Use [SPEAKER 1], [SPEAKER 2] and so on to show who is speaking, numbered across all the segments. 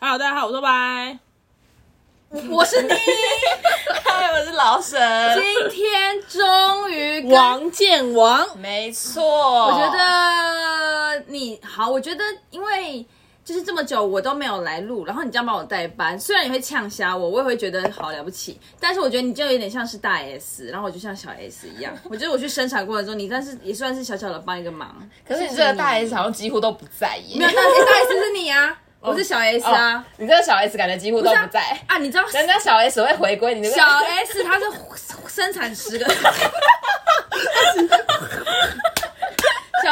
[SPEAKER 1] Hello，大家好，我是拜。
[SPEAKER 2] 我是你，
[SPEAKER 3] 嗨，我是老沈。
[SPEAKER 2] 今天终于跟，
[SPEAKER 1] 王建王，
[SPEAKER 3] 没错，
[SPEAKER 2] 我觉得你好，我觉得因为就是这么久我都没有来录，然后你这样帮我代班，虽然你会呛瞎我，我也会觉得好了不起，但是我觉得你就有点像是大 S，然后我就像小 S 一样，我觉得我去生产过程中你，但是也算是小小的帮一个忙，
[SPEAKER 3] 可是你这个大 S 好像几乎都不在耶。
[SPEAKER 2] 没有，但是大 S 是你啊，我是小 S 啊
[SPEAKER 3] 哦，你这个小 S 感觉几乎都
[SPEAKER 2] 是啊
[SPEAKER 3] 不在。
[SPEAKER 2] 啊，你知道
[SPEAKER 3] 人家小 S 会回归，你这个
[SPEAKER 2] 小 S 她是生产十个，小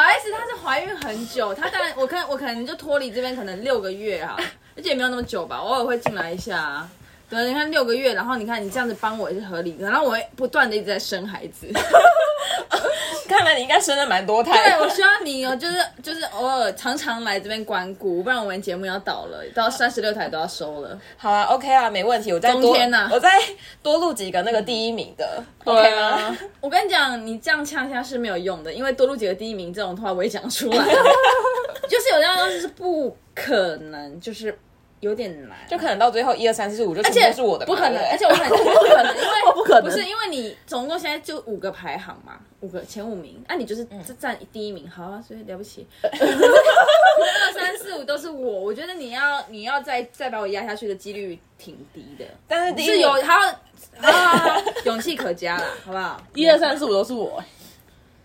[SPEAKER 2] S 她是怀孕很久，她当然我看我可能就脱离这边可能六个月啊，而且也没有那么久吧，偶尔会进来一下、啊。对，你看六个月，然后你看你这样子帮我也是合理的，然后我会不断的一直在生孩子，
[SPEAKER 3] 看来你应该生了蛮多胎
[SPEAKER 2] 对
[SPEAKER 3] 的。
[SPEAKER 2] 我希望你哦，就是就是偶尔常常来这边光顾，不然我们节目要倒了，到三十六台都要收了。
[SPEAKER 3] 好啊，OK 啊，没问题。我再
[SPEAKER 2] 冬
[SPEAKER 3] 多，
[SPEAKER 2] 天啊
[SPEAKER 3] 我再多录几个那个第一名的。
[SPEAKER 1] 对
[SPEAKER 3] OK 吗，
[SPEAKER 1] 啊，
[SPEAKER 2] 我跟你讲，你这样呛下是没有用的，因为多录几个第一名这种的话，我也讲出来。就是有这样东西是不可能，就是有点难，
[SPEAKER 3] 就可能到最后一二三四五就
[SPEAKER 2] 而
[SPEAKER 3] 全部
[SPEAKER 2] 且
[SPEAKER 3] 都是我的嘛，
[SPEAKER 2] 不可能，
[SPEAKER 3] 对
[SPEAKER 2] 而
[SPEAKER 3] 不
[SPEAKER 2] 且
[SPEAKER 3] 对
[SPEAKER 2] 我很不可能，因为
[SPEAKER 1] 不可能
[SPEAKER 2] 是因为你总共现在就五个排行嘛，五个前五名，那、你就是这占第一名，好啊，所以了不起，二三四五都是我，我觉得你要你要再再把我压下去的几率挺低的，
[SPEAKER 3] 但是第一
[SPEAKER 2] 是
[SPEAKER 3] 名
[SPEAKER 2] 有 还有啊，勇气可嘉啦，好不好？
[SPEAKER 1] 一二三四五都是我，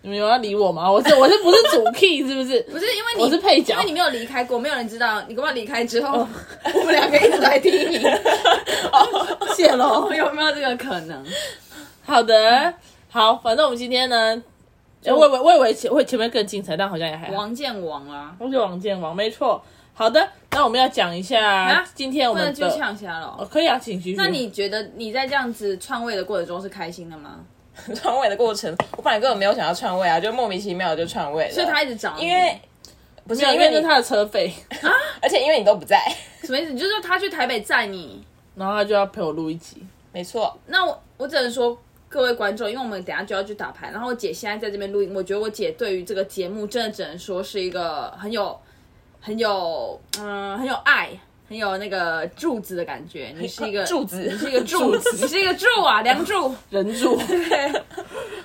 [SPEAKER 1] 你们有要理我吗？我是我是不是主 key 是不是？
[SPEAKER 2] 不是因 为你
[SPEAKER 1] 我是配角哦
[SPEAKER 2] 因为你没有离开过，没有人知道你跟我离开之后， 我们两个一直在第一 名，
[SPEAKER 1] 谢喽。
[SPEAKER 2] 有没有这个可能？
[SPEAKER 1] 好的，好，反正我们今天呢，哎，我以为我以为前会前面更精彩，但好像也还好。
[SPEAKER 2] 王建王啊，
[SPEAKER 1] 我是王建王，没错。好的，那我们要讲一下
[SPEAKER 2] 啊
[SPEAKER 1] 今天我
[SPEAKER 2] 不能
[SPEAKER 1] 们
[SPEAKER 2] 去
[SPEAKER 1] 的。
[SPEAKER 2] 呛虾了
[SPEAKER 1] 哦，
[SPEAKER 2] 哦。
[SPEAKER 1] 可以啊，请继续。
[SPEAKER 2] 那你觉得你在这样子篡位的过程中是开心的吗？
[SPEAKER 3] 篡位的过程，我本来根本没有想要篡位啊，就莫名其妙就篡位了。
[SPEAKER 1] 啊
[SPEAKER 2] 所以他一直找你，
[SPEAKER 3] 因为不是啊
[SPEAKER 1] 没有因
[SPEAKER 3] 因
[SPEAKER 1] 为
[SPEAKER 3] 为
[SPEAKER 1] 那是
[SPEAKER 3] 你，
[SPEAKER 1] 他的车费，
[SPEAKER 3] 而且因为你都不在，
[SPEAKER 2] 什么意思？就是说他去台北载你，
[SPEAKER 1] 然后他就要陪我录一集。
[SPEAKER 3] 没错。
[SPEAKER 2] 那我我只能说。各位观众，因为我们等一下就要去打牌，然后我姐现在在这边录音，我觉得我姐对于这个节目真的只能说是一个很有、很有、嗯、很有爱、很有那个柱子的感觉。你是一个
[SPEAKER 3] 柱子
[SPEAKER 2] 你是一个柱，你是一个柱啊，梁 柱。
[SPEAKER 1] 忍 住。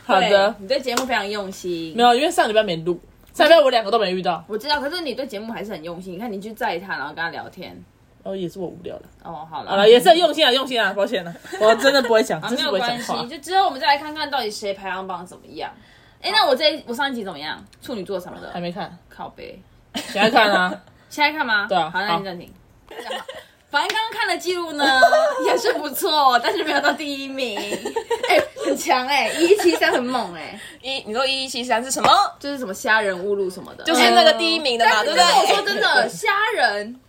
[SPEAKER 1] 好的
[SPEAKER 2] 对，你对节目非常用心
[SPEAKER 1] 没。有，因为上礼拜没录，上礼拜我两个都没遇到，
[SPEAKER 2] 我知道，可是你对节目还是很用心。你看，你去载他，然后跟他聊天。
[SPEAKER 1] 然后也是我无聊了。
[SPEAKER 2] 哦，好了，
[SPEAKER 1] 好了，也是很用心啊，用心啊，抱歉了，我真的不会讲，
[SPEAKER 2] 啊，
[SPEAKER 1] 真
[SPEAKER 2] 没
[SPEAKER 1] 是不
[SPEAKER 2] 有
[SPEAKER 1] 会
[SPEAKER 2] 关
[SPEAKER 1] 讲
[SPEAKER 2] 系
[SPEAKER 1] 话。。
[SPEAKER 2] 就之后我们再来看看到底谁排行榜怎么样。哎，那我这一我上一集怎么样？处女座什么
[SPEAKER 1] 还
[SPEAKER 2] 的，
[SPEAKER 1] 没看，
[SPEAKER 2] 靠背。
[SPEAKER 1] 想要看 啊？
[SPEAKER 2] 现在看吗？对
[SPEAKER 1] 啊
[SPEAKER 2] 好，那
[SPEAKER 1] 好
[SPEAKER 2] 你暂停。反正刚刚看的记录呢 也是不错，但是没有到第一名。哎、很强哎、一七三很猛哎、
[SPEAKER 3] 一，你说一一七三是什么？
[SPEAKER 2] 就是什么虾人误入什么的，哎就
[SPEAKER 3] 嗯就是那个第一名的嘛，对不对？
[SPEAKER 2] 但是我说真的，虾人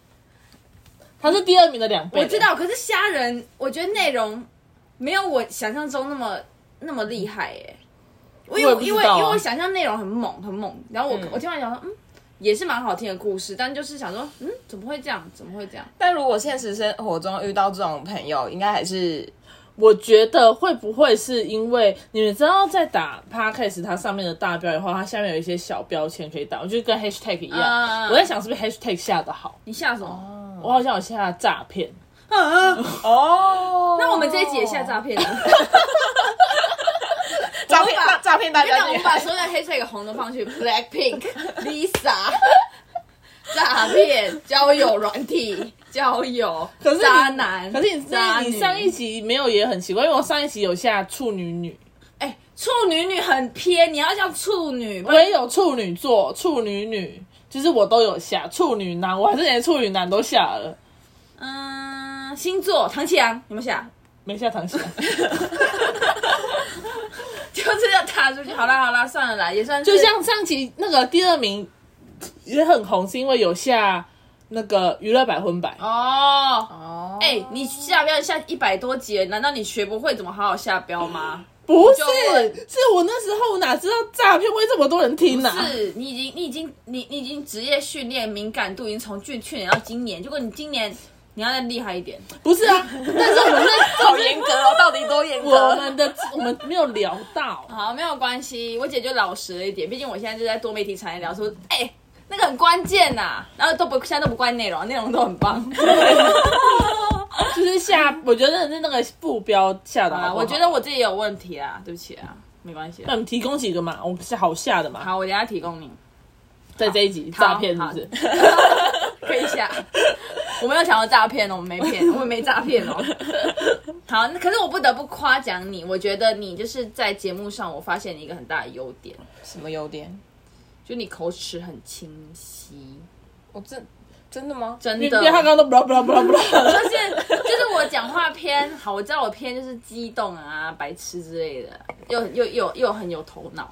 [SPEAKER 1] 他是第二名的两倍，
[SPEAKER 2] 我知。道，可是虾人，我觉得内容没有我想象中那么那么厉害哎、我因为
[SPEAKER 1] 我也
[SPEAKER 2] 因
[SPEAKER 1] 不
[SPEAKER 2] 为
[SPEAKER 1] 知道啊
[SPEAKER 2] 因为我想象内容很猛很猛，然后我、我听完想说，嗯，也是蛮好听的故事，但就是想说，嗯，怎么会这样？怎么会这样？
[SPEAKER 3] 但如果现实生活中遇到这种朋友，应该还是
[SPEAKER 1] 我觉得会不会是因为你们知道，在打 podcast 它上面的大标以后，它下面有一些小标签可以打，就跟 hashtag 一
[SPEAKER 2] 嗯
[SPEAKER 1] 样。
[SPEAKER 2] 嗯嗯
[SPEAKER 1] 我在想是不是 hashtag 下的好，
[SPEAKER 2] 你下什么？啊
[SPEAKER 1] 我好像有下诈骗。
[SPEAKER 3] 哦。
[SPEAKER 2] 那我们这一集也下诈骗了。
[SPEAKER 3] 诈骗
[SPEAKER 2] 我们把
[SPEAKER 3] 诈诈骗大
[SPEAKER 2] 那
[SPEAKER 3] 家
[SPEAKER 2] 我
[SPEAKER 3] 女
[SPEAKER 2] 们把
[SPEAKER 3] 孩，
[SPEAKER 2] 所有的黑色给红的放上去，Black Pink、Lisa、诈骗、交友软体、交友、
[SPEAKER 1] 可是你
[SPEAKER 2] 渣男，
[SPEAKER 1] 可是你
[SPEAKER 2] 渣
[SPEAKER 1] 你
[SPEAKER 2] 女
[SPEAKER 1] 上一集没有也很奇怪，因为我上一集有下处女女，
[SPEAKER 2] 哎、处女女很偏，你要叫处女，不
[SPEAKER 1] 我也有处女座、处女女，就是我都有下处女男，我还是连处女男都下了，
[SPEAKER 2] 嗯，星座唐启阳有没有想？
[SPEAKER 1] 没下唐翔，
[SPEAKER 2] 就这样打出去，好啦好啦，算了啦，也算是
[SPEAKER 1] 就像上期那个第二名也很红，是因为有下那个娱乐百分百。
[SPEAKER 2] 哦。
[SPEAKER 3] 哦，
[SPEAKER 2] 哎、你下标下一百多集了，难道你学不会怎么好好下标吗？
[SPEAKER 1] 不是
[SPEAKER 2] 就问，
[SPEAKER 1] 是我那时候哪知道诈骗会这么多人听呢、啊？
[SPEAKER 2] 是你已经你已经你你已经职业训练敏感度已经从去去年到今年，结果你今年你要再厉害一点，
[SPEAKER 1] 不是啊，但是我们那
[SPEAKER 3] 好严格哦，到底多严
[SPEAKER 1] 我
[SPEAKER 3] 格？
[SPEAKER 1] 们的我们没有聊到，
[SPEAKER 2] 好，没有关系，我姐就老实了一点，毕竟我现在就在多媒体产业聊说，哎、那个很关键呐、然后都不现在都不关内容，内容都很棒。
[SPEAKER 1] 就是下，我觉得是那个副标下的好不
[SPEAKER 2] 啊，
[SPEAKER 1] 好
[SPEAKER 2] 我觉得我自己有问题啊，对不起啊，没关系啊
[SPEAKER 1] 那。你提供几个嘛，我是好下的嘛，
[SPEAKER 2] 好，我等一下提供你，
[SPEAKER 1] 在这一 集
[SPEAKER 2] 好
[SPEAKER 1] 诈骗是不是？
[SPEAKER 2] 可以下。我没有想要诈骗哦，我们没 骗，我们没诈骗哦。 好，那可是我不得不夸奖你，我觉得你就是在节目上，我发现你一个很大的优点，
[SPEAKER 3] 什么优点？
[SPEAKER 2] 就你口齿很清晰，
[SPEAKER 3] 我真真的吗？
[SPEAKER 2] 真
[SPEAKER 1] 因
[SPEAKER 2] 的
[SPEAKER 1] 为。他刚刚都不啦不啦不啦不啦，
[SPEAKER 2] 就是就是我讲话偏好，我知道我偏就是激动啊、白痴之类的，又又又又很有头脑，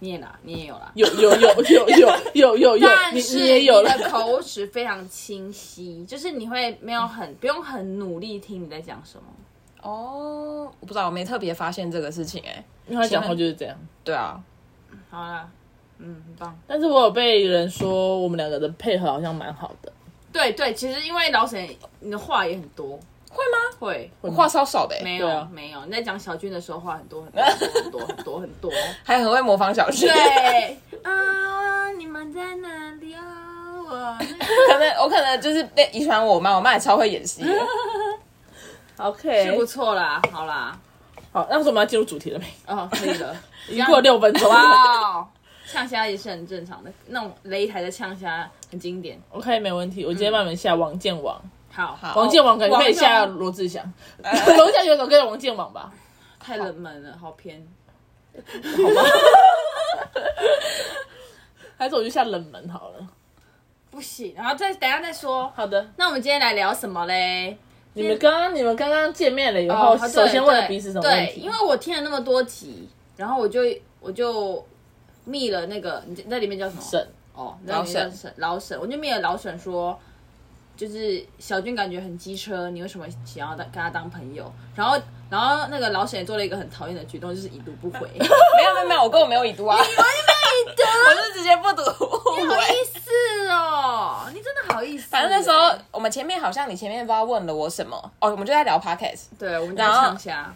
[SPEAKER 2] 你也啦，你也有啦。
[SPEAKER 1] 有有有有有有有有，
[SPEAKER 2] 但
[SPEAKER 1] 你
[SPEAKER 2] 是
[SPEAKER 1] 你也有了
[SPEAKER 2] 你。的口齿非常清晰，就是你会没有很不用很努力听你在讲什么。
[SPEAKER 3] 哦，我不知道，我没特别发现这个事情哎、
[SPEAKER 1] 因为他讲话就是这样。
[SPEAKER 3] 对啊，
[SPEAKER 2] 好啦，嗯，很棒。
[SPEAKER 1] 但是我有被人说我们两个的配合好像蛮好的，
[SPEAKER 2] 对对，其实因为老沈你的话也很多，
[SPEAKER 3] 会吗？
[SPEAKER 2] 会
[SPEAKER 3] 我话超少的、
[SPEAKER 2] 没
[SPEAKER 3] 欸，
[SPEAKER 2] 有、
[SPEAKER 1] 对啊
[SPEAKER 2] 没有，你在讲小军的时候话很多很多很多很多很 多。
[SPEAKER 3] 还很会模仿小旭。
[SPEAKER 2] 对，啊，你们在哪里啊？我
[SPEAKER 3] 可能我可能就是被遗传我妈，我妈也超会演 戏的。
[SPEAKER 2] 是
[SPEAKER 1] OK，
[SPEAKER 2] 不错啦，好啦，
[SPEAKER 1] 好，那我们要进入主题了没？
[SPEAKER 2] 哦，可以了，已
[SPEAKER 1] 已经过了六分钟了。
[SPEAKER 2] 哇哦，呛虾也是很正常的，那种擂台的呛虾很经典。
[SPEAKER 1] OK，没问题。我今天帮你们下王建王，
[SPEAKER 2] 好，
[SPEAKER 3] 好
[SPEAKER 1] 王建王可能可以下
[SPEAKER 2] 哦王建哎
[SPEAKER 1] 罗志祥，罗志祥有首歌叫 王建王吧？
[SPEAKER 2] 太冷门了，好偏。
[SPEAKER 1] 还是我就下冷门好了。
[SPEAKER 2] 不行，然后再等一下再说。
[SPEAKER 1] 好的，
[SPEAKER 2] 那我们今天来聊什么嘞？
[SPEAKER 1] 你们刚刚你们刚刚见面了以后，
[SPEAKER 2] 对
[SPEAKER 1] 首先问了
[SPEAKER 2] 对
[SPEAKER 1] 彼此什么问题？
[SPEAKER 2] 哦对，因为我听了那么多集，然后我就我就密了那个，你那里面叫什么？
[SPEAKER 1] 省
[SPEAKER 2] 哦，那里面叫沈老沈，我就密了老沈说，就是小军感觉很机车，你为什么想要当跟他当朋友？然后然后那个老沈也做了一个很讨厌的举动，就是已读不回，
[SPEAKER 3] 没有没有没有，我根本没有已读啊，我就没已读， 我是直接不读。
[SPEAKER 2] 好意思哦，你真的好意思。
[SPEAKER 3] 反正那时候我们前面好像你前面不知道问了我什么哦，我们就在聊 podcast，
[SPEAKER 2] 对，我们就
[SPEAKER 3] 然后
[SPEAKER 2] 唱下，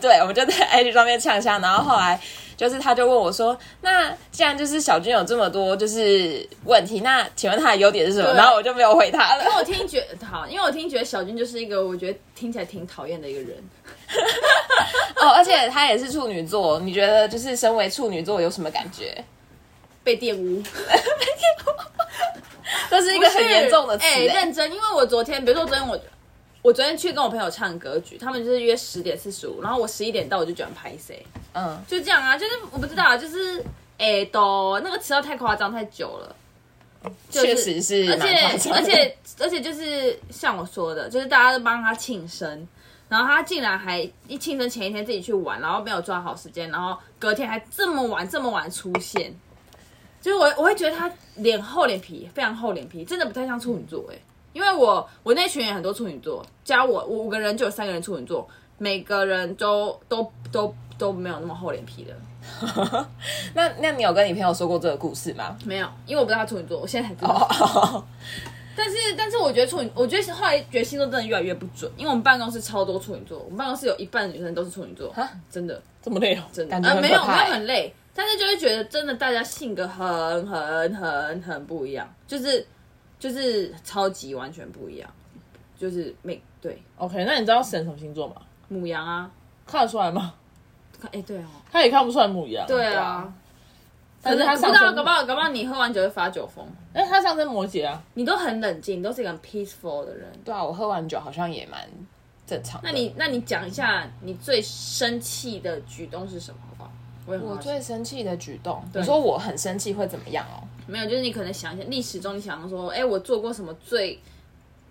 [SPEAKER 3] 对，我们就在 IG 上面呛呛，然后后来就是他就问我说，那既然就是小军有这么多就是问题，那请问他的优点是什么？
[SPEAKER 2] 对
[SPEAKER 3] 然后我就没有回他
[SPEAKER 2] 因为
[SPEAKER 3] 了。
[SPEAKER 2] 我听觉好，因为我听觉得小军就是一个我觉得听起来挺讨厌的一个人。
[SPEAKER 3] 哦，而且 他也是处女座，你觉得就是身为处女座有什么感觉？
[SPEAKER 2] 被玷污，
[SPEAKER 3] 这 是一个很严重的词、
[SPEAKER 2] 哎、
[SPEAKER 3] 欸
[SPEAKER 2] 认真，因为我昨天，比如说昨天我，我昨天去跟我朋友唱歌剧，他们就是约十点四十五，然后我十一点到，我就觉得拍谁，
[SPEAKER 3] 嗯，
[SPEAKER 2] 就这样啊，就是我不知道啊，就是哎、都那个迟到太夸张太久了，就
[SPEAKER 3] 确实是
[SPEAKER 2] 而
[SPEAKER 3] 蛮夸
[SPEAKER 2] 且
[SPEAKER 3] 张的
[SPEAKER 2] 而且而且就是像我说的，就是大家都帮他庆生。然后他竟然还一庆生前一天自己去玩，然后没有抓好时间，然后隔天还这么晚这么晚出现，就是我我会觉得他脸厚脸皮，非常厚脸皮，真的不太像处女座哎、因为我我那群也很多处女座，加我我五个人就有三个人处女座，每个人都都都都没有那么厚脸皮的，
[SPEAKER 3] 那那你有跟你朋友说过这个故事吗？
[SPEAKER 2] 没有，因为我不知道他处女座，我现在才知道。
[SPEAKER 3] 哦，
[SPEAKER 2] 但是，但是我觉得处女，我觉得后来觉得星座真的越来越不准，因为我们办公室超多处女座，我们办公室有一半的女生都是处女座，真的
[SPEAKER 1] 这么累哦，
[SPEAKER 2] 真的，
[SPEAKER 3] 感觉
[SPEAKER 2] 呃
[SPEAKER 3] 很
[SPEAKER 2] 没有
[SPEAKER 3] 可
[SPEAKER 2] 没
[SPEAKER 3] 怕
[SPEAKER 2] 有很累，但是就会觉得真的大家性格很很很很不一样，就是就是超级完全不一样，就是每对
[SPEAKER 1] OK，那你知道沈什么星座吗？
[SPEAKER 2] 母羊啊，
[SPEAKER 1] 看得出来吗？
[SPEAKER 2] 看哎对哦，
[SPEAKER 1] 他也看不出来母羊。
[SPEAKER 2] 对
[SPEAKER 1] 啊，
[SPEAKER 2] 啊，
[SPEAKER 1] 但是他
[SPEAKER 2] 不
[SPEAKER 1] 上
[SPEAKER 2] 知道，
[SPEAKER 1] 升，
[SPEAKER 2] 搞不好搞不好你喝完酒会发酒疯，
[SPEAKER 1] 但是他上升摩羯啊。
[SPEAKER 2] 你都很冷静，你都是一个很 peaceful 的人，
[SPEAKER 3] 对啊，我喝完酒好像也蛮正常的。
[SPEAKER 2] 那你那你讲一下你最生气的举动是什么，好不好？我也很
[SPEAKER 3] 我
[SPEAKER 2] 好奇
[SPEAKER 3] 最生气的举动，你说我很生气会怎么样哦？
[SPEAKER 2] 没有，就是你可能想一下历史中，你想说，哎、我做过什么最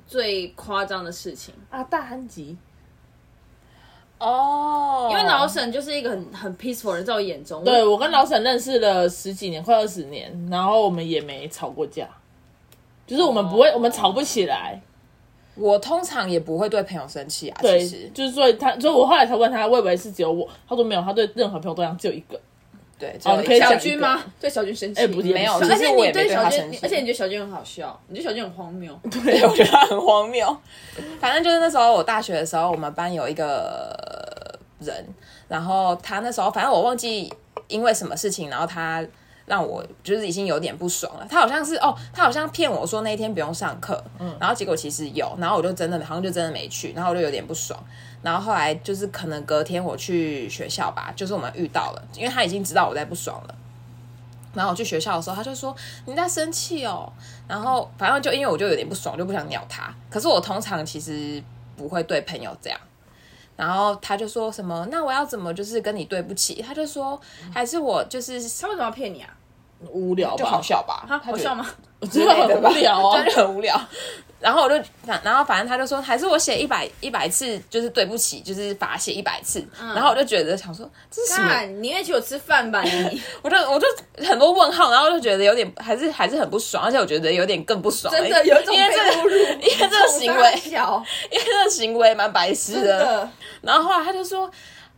[SPEAKER 2] 最夸张的事情？
[SPEAKER 1] 啊，大安吉，
[SPEAKER 3] 哦，
[SPEAKER 2] 因为老沈就是一个很很 peaceful 的人，在我眼中，
[SPEAKER 1] 对我跟老沈认识了十几年，快二十年，然后我们也没吵过架，就是我们不
[SPEAKER 3] 哦
[SPEAKER 1] 会，我们吵不起来。
[SPEAKER 3] 我通常也不会对朋友生气啊，
[SPEAKER 1] 对
[SPEAKER 3] 其实，
[SPEAKER 1] 就是所以他，所以我后来才问他，我以为是只有我，他说没有，他对任何朋友都一样，只有一个。
[SPEAKER 3] 对，
[SPEAKER 1] 哦你可以
[SPEAKER 3] 小
[SPEAKER 1] 讲
[SPEAKER 2] 小
[SPEAKER 1] 一
[SPEAKER 2] 军
[SPEAKER 1] 个
[SPEAKER 2] 吗？对小军生气？
[SPEAKER 1] 哎不是
[SPEAKER 3] 没有
[SPEAKER 1] 小
[SPEAKER 2] 而且
[SPEAKER 3] 我也
[SPEAKER 2] 你
[SPEAKER 3] 没对
[SPEAKER 2] 小
[SPEAKER 3] 他
[SPEAKER 2] 军
[SPEAKER 3] 生气，
[SPEAKER 2] 而且你觉得小军很好笑，你觉得小军很荒谬，
[SPEAKER 3] 对，我觉得很荒谬。反正就是那时候我大学的时候，我们班有一个人，然后他那时候反正我忘记因为什么事情，然后他让我就是已经有点不爽了。他好像是哦，他好像骗我说那一天不用上课，嗯，然后结果其实有，然后我就真的好像就真的没去，然后我就有点不爽。然后后来就是可能隔天我去学校吧，就是我们遇到了，因为他已经知道我在不爽了。然后我去学校的时候，他就说你在生气哦。然后反正就因为我就有点不爽，我就不想鸟他。可是我通常其实不会对朋友这样。然后他就说什么，那我要怎么就是跟你对不起？他就说还是我就是
[SPEAKER 2] 他为什么要骗你啊？
[SPEAKER 1] 无聊
[SPEAKER 3] 就 好
[SPEAKER 1] 吧？
[SPEAKER 3] 笑
[SPEAKER 2] 啊，
[SPEAKER 3] 吧，他
[SPEAKER 2] 好
[SPEAKER 3] 觉得！
[SPEAKER 2] 笑吗？
[SPEAKER 1] 真的很无聊啊
[SPEAKER 3] 真的很无聊。哦然后我就反，然后反正他就说，还是我写一百一百次，就是对不起，就是罚写一百次。然后我就觉得想说，这是什么哦
[SPEAKER 2] 看，啊你愿意请我吃饭吧 你？
[SPEAKER 3] 我就我就很多问号，然后就觉得有点还是还是很不爽，而且我觉得有点更不爽、欸
[SPEAKER 2] 真的有一种
[SPEAKER 3] 因为这
[SPEAKER 2] 被侮
[SPEAKER 3] 个
[SPEAKER 2] 辱，因
[SPEAKER 3] 因为这个行为，
[SPEAKER 2] 小，
[SPEAKER 3] 因为这个行为蛮白痴
[SPEAKER 2] 真的，
[SPEAKER 3] 然后后来他就说。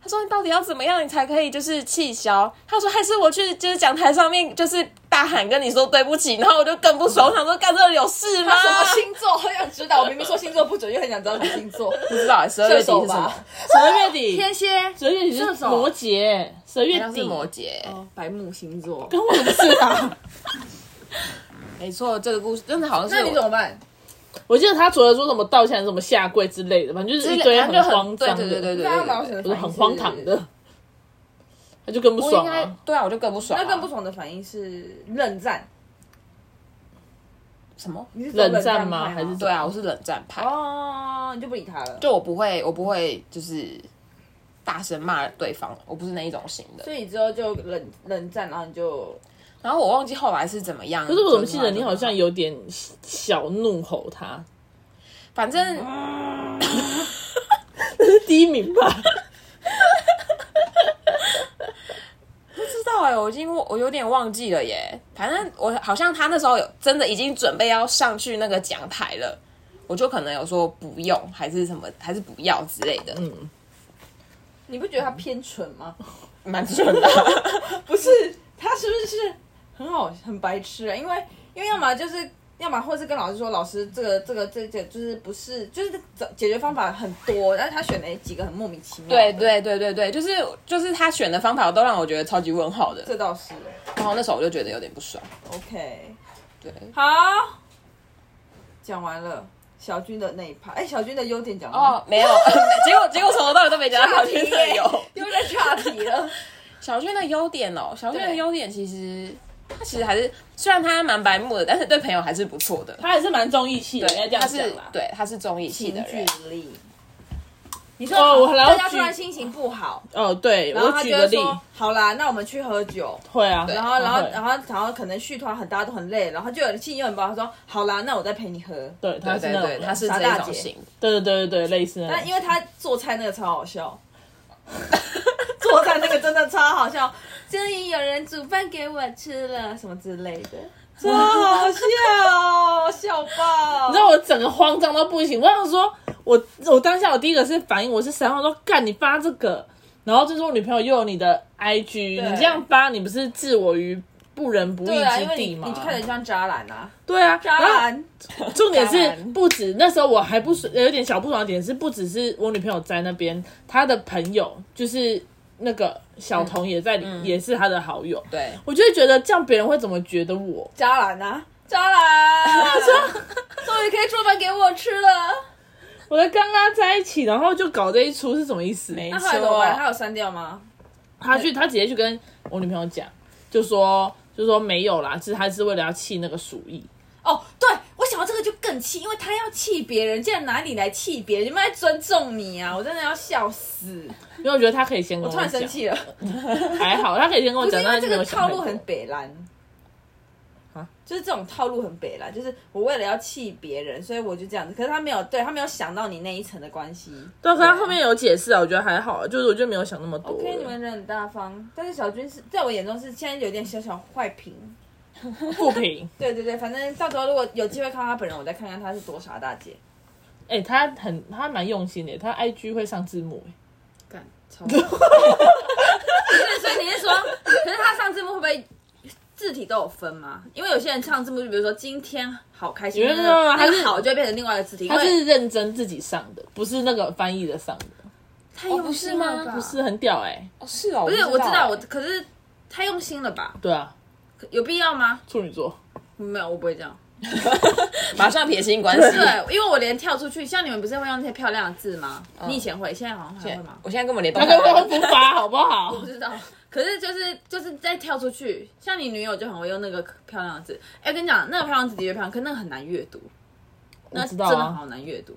[SPEAKER 3] 他说：“你到底要怎么样，你才可以就是气消？”他说：“还是我去就是讲台上面就是大喊跟你说对不起。”然后我就更不爽，我想说干这有事吗
[SPEAKER 2] 他？什么星座？我想知道，我明明说星座不准，又很想知道你星座。
[SPEAKER 3] 不知道十二月
[SPEAKER 2] 射
[SPEAKER 3] 底是
[SPEAKER 2] 手
[SPEAKER 3] 什
[SPEAKER 2] 吧
[SPEAKER 3] 么？，
[SPEAKER 1] 十月 底，
[SPEAKER 2] 天蝎、
[SPEAKER 1] 十月底
[SPEAKER 2] 射
[SPEAKER 1] 是
[SPEAKER 2] 手
[SPEAKER 1] 摩羯，十
[SPEAKER 3] 好
[SPEAKER 1] 月
[SPEAKER 3] 像
[SPEAKER 1] 底
[SPEAKER 3] 是摩羯。
[SPEAKER 2] 哦，白木星座。
[SPEAKER 1] 跟我什么事 啊？
[SPEAKER 3] 没错，这个故事真的好像
[SPEAKER 2] 那
[SPEAKER 3] 是
[SPEAKER 2] 你怎么办？
[SPEAKER 1] 我记得他除了说什么道歉、什么下跪之类的，反正就是一
[SPEAKER 3] 一
[SPEAKER 1] 堆
[SPEAKER 3] 堆就
[SPEAKER 1] 荒
[SPEAKER 3] 对
[SPEAKER 1] 唐的，
[SPEAKER 3] 对对对对
[SPEAKER 2] 那他
[SPEAKER 3] 对
[SPEAKER 2] 老
[SPEAKER 3] 对，
[SPEAKER 2] 沈的
[SPEAKER 1] 不是
[SPEAKER 2] 反应
[SPEAKER 1] 很
[SPEAKER 2] 是
[SPEAKER 1] 荒唐的，他就更不
[SPEAKER 3] 我应
[SPEAKER 1] 爽
[SPEAKER 3] 该
[SPEAKER 1] 啊。
[SPEAKER 3] 对啊，我就更不爽啊、
[SPEAKER 2] 那更不爽的反应是冷战，
[SPEAKER 3] 什么？
[SPEAKER 2] 你是走
[SPEAKER 1] 冷战
[SPEAKER 2] 战
[SPEAKER 1] 吗？
[SPEAKER 2] 派
[SPEAKER 1] 还是
[SPEAKER 3] 对啊，我是冷战派，
[SPEAKER 2] 哦，你就不理他了。
[SPEAKER 3] 就我不会，我不会就是大声骂对方，我不是那一种型的。
[SPEAKER 2] 所以之后就冷冷战，然后你就
[SPEAKER 3] 然后我忘记后来是怎么样。
[SPEAKER 1] 可是我怎么记得你好像，有点小怒吼他？
[SPEAKER 3] 反正
[SPEAKER 1] 是第一名吧？
[SPEAKER 3] 不知道哎、我已经我有点忘记了耶。反正我好像他那时候有真的已经准备要上去那个讲台了，我就可能有说不用，还是什么，还是不要之类的，嗯，
[SPEAKER 2] 你不觉得他偏蠢吗？
[SPEAKER 3] 蛮蠢的。
[SPEAKER 2] 不是，他是不是很好很白痴啊？因为因为要么就是。要么，或是跟老师说，老师这个这个这这就是不是就是解解决方法很多，但是他选了几个很莫名其妙。
[SPEAKER 3] 对，对对对对，就是就是他选的方法都让我觉得超级问号的，
[SPEAKER 2] 这倒是
[SPEAKER 3] 然后那时候我就觉得有点不爽。
[SPEAKER 2] OK。
[SPEAKER 3] 对，
[SPEAKER 2] 好，讲完了小军的那一趴，哎、小军的优点讲完了，
[SPEAKER 3] 哦，没 有，结果结果从头到尾都没讲到小娟的优。
[SPEAKER 2] 又在岔题了。
[SPEAKER 3] 小娟的优点哦，小娟的
[SPEAKER 2] 对
[SPEAKER 3] 优点其实她其实还是虽然她蛮白目的，但是对朋友还是不错的。
[SPEAKER 1] 他还是蛮重义气的，应该
[SPEAKER 3] 对，
[SPEAKER 1] 这
[SPEAKER 3] 她
[SPEAKER 1] 样
[SPEAKER 3] 是
[SPEAKER 1] 讲啦。
[SPEAKER 3] 对她是综艺系的人，
[SPEAKER 2] 力，你说
[SPEAKER 1] 哦我来
[SPEAKER 2] 大家
[SPEAKER 1] 举
[SPEAKER 2] 突然心情不好，
[SPEAKER 1] 哦，对，
[SPEAKER 2] 然后
[SPEAKER 1] 我
[SPEAKER 2] 他
[SPEAKER 1] 举
[SPEAKER 2] 就
[SPEAKER 1] 个
[SPEAKER 2] 会
[SPEAKER 1] 例，
[SPEAKER 2] 说：“好啦，那我们去喝酒。”
[SPEAKER 1] 会啊，
[SPEAKER 2] 然后，然后，
[SPEAKER 1] 会
[SPEAKER 2] 然后，然后可能续团很大家都很累，然后就有人气又很不好，他说：“好啦，那我再陪你喝。
[SPEAKER 1] 对，他是
[SPEAKER 3] 对对
[SPEAKER 1] 那种
[SPEAKER 3] 对，
[SPEAKER 1] 人，
[SPEAKER 3] 她是
[SPEAKER 2] 傻
[SPEAKER 3] 这
[SPEAKER 2] 大
[SPEAKER 3] 种
[SPEAKER 2] 姐
[SPEAKER 3] 型。
[SPEAKER 1] 对对对对对，类似”那
[SPEAKER 2] 但
[SPEAKER 1] 种。
[SPEAKER 2] 因为他做菜那个超好笑，做菜那个真的超好笑，终于有人煮饭给我吃了，什么之类的，真好笑哦，笑爆！
[SPEAKER 1] 你知道我整个慌张到不行，我想说，我我当下我第一个是反应，我是闪，我说干你发这个，然后这是我女朋友又有你的 IG，
[SPEAKER 2] 对
[SPEAKER 1] 你这样发，你不是置我于不仁不义
[SPEAKER 2] 对啊，
[SPEAKER 1] 之
[SPEAKER 2] 因为
[SPEAKER 1] 地
[SPEAKER 2] 你
[SPEAKER 1] 吗？
[SPEAKER 2] 你就看起来像渣男啊，
[SPEAKER 1] 对啊，
[SPEAKER 2] 渣
[SPEAKER 1] 然后
[SPEAKER 2] 男。
[SPEAKER 1] 重点
[SPEAKER 3] 渣
[SPEAKER 1] 是
[SPEAKER 3] 男
[SPEAKER 1] 不止那时候我还不爽，有点小不爽的点是，不只是我女朋友在那边，她的朋友就是那个小童也在里，
[SPEAKER 2] 嗯
[SPEAKER 1] 也是她的好友。
[SPEAKER 3] 对，
[SPEAKER 1] 我就会觉得这样别人会怎么觉得我？
[SPEAKER 2] 渣男啊，渣男！终于可以做饭给我吃了。
[SPEAKER 1] 我在跟他在一起，然后就搞这一出是什么意思？
[SPEAKER 3] 没
[SPEAKER 2] 那后来怎么办？他
[SPEAKER 3] 错。
[SPEAKER 2] 有删掉吗？
[SPEAKER 1] 他去，他直接去跟我女朋友讲，就说就说没有啦，其实他是为了要气那个鼠疫。
[SPEAKER 2] 哦，对，我想到这个就更气，因为他要气别人，竟然拿你来气别人，你们在尊重你啊！我真的要笑死，
[SPEAKER 1] 因为我觉得他可以先跟我
[SPEAKER 2] 我突然
[SPEAKER 1] 讲，
[SPEAKER 2] 生气 了，
[SPEAKER 1] 还好他可以先跟我
[SPEAKER 2] 不
[SPEAKER 1] 讲，
[SPEAKER 2] 是因
[SPEAKER 1] 但是
[SPEAKER 2] 为这
[SPEAKER 1] 没有
[SPEAKER 2] 个
[SPEAKER 1] 想太
[SPEAKER 2] 套
[SPEAKER 1] 多
[SPEAKER 2] 路很北蓝
[SPEAKER 1] 啊。
[SPEAKER 2] 就是这种套路很北蓝，就是我为了要气别人，所以我就这样子。可是他没有，对他没有想到你那一层的关系。
[SPEAKER 1] 对，可是他后面有解释啊，我觉得还好，就是我就没有想那么多。
[SPEAKER 2] OK，你们人很大方，但是小军是在我眼中是现在有点小小坏评，
[SPEAKER 1] 不平，
[SPEAKER 2] 对对对，反正到时候如果有机会看到他本人，我再看看他是多傻大姐。
[SPEAKER 1] 哎、他很他蛮用心的，他 IG 会上字幕，欸
[SPEAKER 2] 干，超。 所以你是说，可是他上字幕会不会字体都有分吗？因为有些人唱字幕，就比如说今天好开心，
[SPEAKER 1] 有
[SPEAKER 2] 那
[SPEAKER 1] 人
[SPEAKER 2] 个
[SPEAKER 1] 说他
[SPEAKER 2] 那
[SPEAKER 1] 是
[SPEAKER 2] 个好就会变成另外一个字体，因
[SPEAKER 1] 他
[SPEAKER 2] 为
[SPEAKER 1] 是认真自己上的，不是那个翻译的上的，
[SPEAKER 2] 啊太
[SPEAKER 3] 哦不是吗
[SPEAKER 2] 了吧
[SPEAKER 1] 不是很屌哎、
[SPEAKER 3] 哦是哦，
[SPEAKER 2] 不
[SPEAKER 3] 不
[SPEAKER 2] 是我知道，我
[SPEAKER 3] 欸
[SPEAKER 2] 可是太用心了吧？
[SPEAKER 1] 对啊，
[SPEAKER 2] 有必要吗？
[SPEAKER 1] 处女 座，
[SPEAKER 2] 没有，我不会 这样。
[SPEAKER 3] 马上撇清关系。
[SPEAKER 2] 欸对，因为我连跳出去，像你们不是会用那些漂亮的字吗？你以前会，现在好像还会吗？
[SPEAKER 3] 我现在根 本连
[SPEAKER 1] 他根本不发，好不好？
[SPEAKER 2] 不知道。可是就是就是再跳出去，像你女友就很会用那个漂亮的字。哎、跟你讲，那个漂亮字的确漂亮，可那个很难阅读，那
[SPEAKER 1] 我知道
[SPEAKER 2] 真的
[SPEAKER 1] 啊
[SPEAKER 2] 好，难阅读。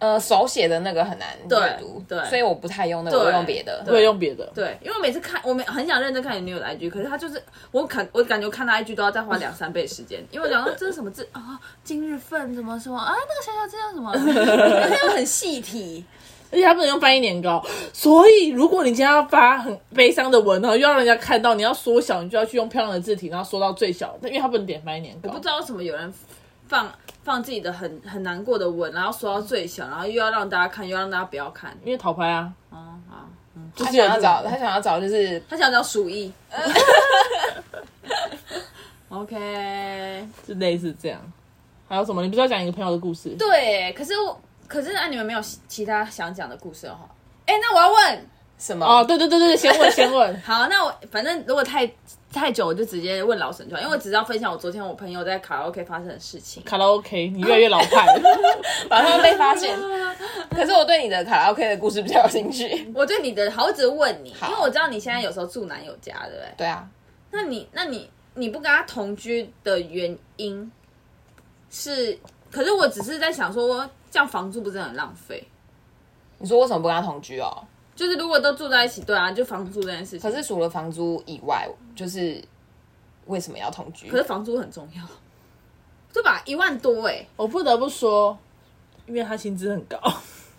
[SPEAKER 3] 呃手写的那个很难阅读，
[SPEAKER 2] 对对
[SPEAKER 3] 所以我不太用那个，
[SPEAKER 2] 对
[SPEAKER 3] 我用别的。
[SPEAKER 1] 我也用别的。
[SPEAKER 2] 对，因为我每次看，我每很想认真看你女友的 IG，可是她就是我看，我感觉看她 IG 都要再花两三倍 时间，因为我讲到这是什么字啊，今日份什么什么啊，那个小小字叫什 么，那个很细体，
[SPEAKER 1] 而且他不能用翻译年糕，所以如果你今天要发很悲伤的文，然后又要让人家看到，你要缩小，你就要去用漂亮的字体，然后缩到最小，因为他不能点翻译年糕。
[SPEAKER 2] 不知道为什么有人放放自己的很很难过的文，然后缩到最小，然后又要让大家看，又要让大家不要看，
[SPEAKER 1] 因为讨拍啊，
[SPEAKER 2] 哦好，嗯，
[SPEAKER 1] 就
[SPEAKER 3] 他
[SPEAKER 1] 是
[SPEAKER 3] 想要找，
[SPEAKER 1] 有
[SPEAKER 3] 他想要找就是
[SPEAKER 2] 他想找鼠疫，OK，
[SPEAKER 1] 这种就类似这样。还有什么？你不是要讲一个朋友的故事？
[SPEAKER 2] 对，可是我可是啊，你们没有其其他想讲的故事哦。哎、那我要问。
[SPEAKER 3] 什么？
[SPEAKER 1] 哦，对对对对，先 问先问。
[SPEAKER 2] 好，那我反正如果太太久，我就直接问老沈就好，因为我只是要分享我昨天我朋友在卡拉 OK 发生的事情。
[SPEAKER 1] 卡拉 OK，你越来越老 派了。
[SPEAKER 3] 马上被发现。可是我对你的卡拉 OK 的故事比较有兴趣。
[SPEAKER 2] 我对你的好，我只是问你，因
[SPEAKER 3] 好
[SPEAKER 2] 为我知道你现在有时候住男友家，对不 对？
[SPEAKER 3] 对啊，
[SPEAKER 2] 那你那你你不跟他同居的原因是？可是我只是在想说，这样房租不是很浪费？
[SPEAKER 3] 你说为什么不跟他同居哦？
[SPEAKER 2] 就是如果都住在一起，对啊，就房租这件事情。
[SPEAKER 3] 可是除了房租以外，就是为什么要同居
[SPEAKER 2] 可？是房租很重要，对吧？一万多哎、
[SPEAKER 1] 我不得不说，因为他薪资很高，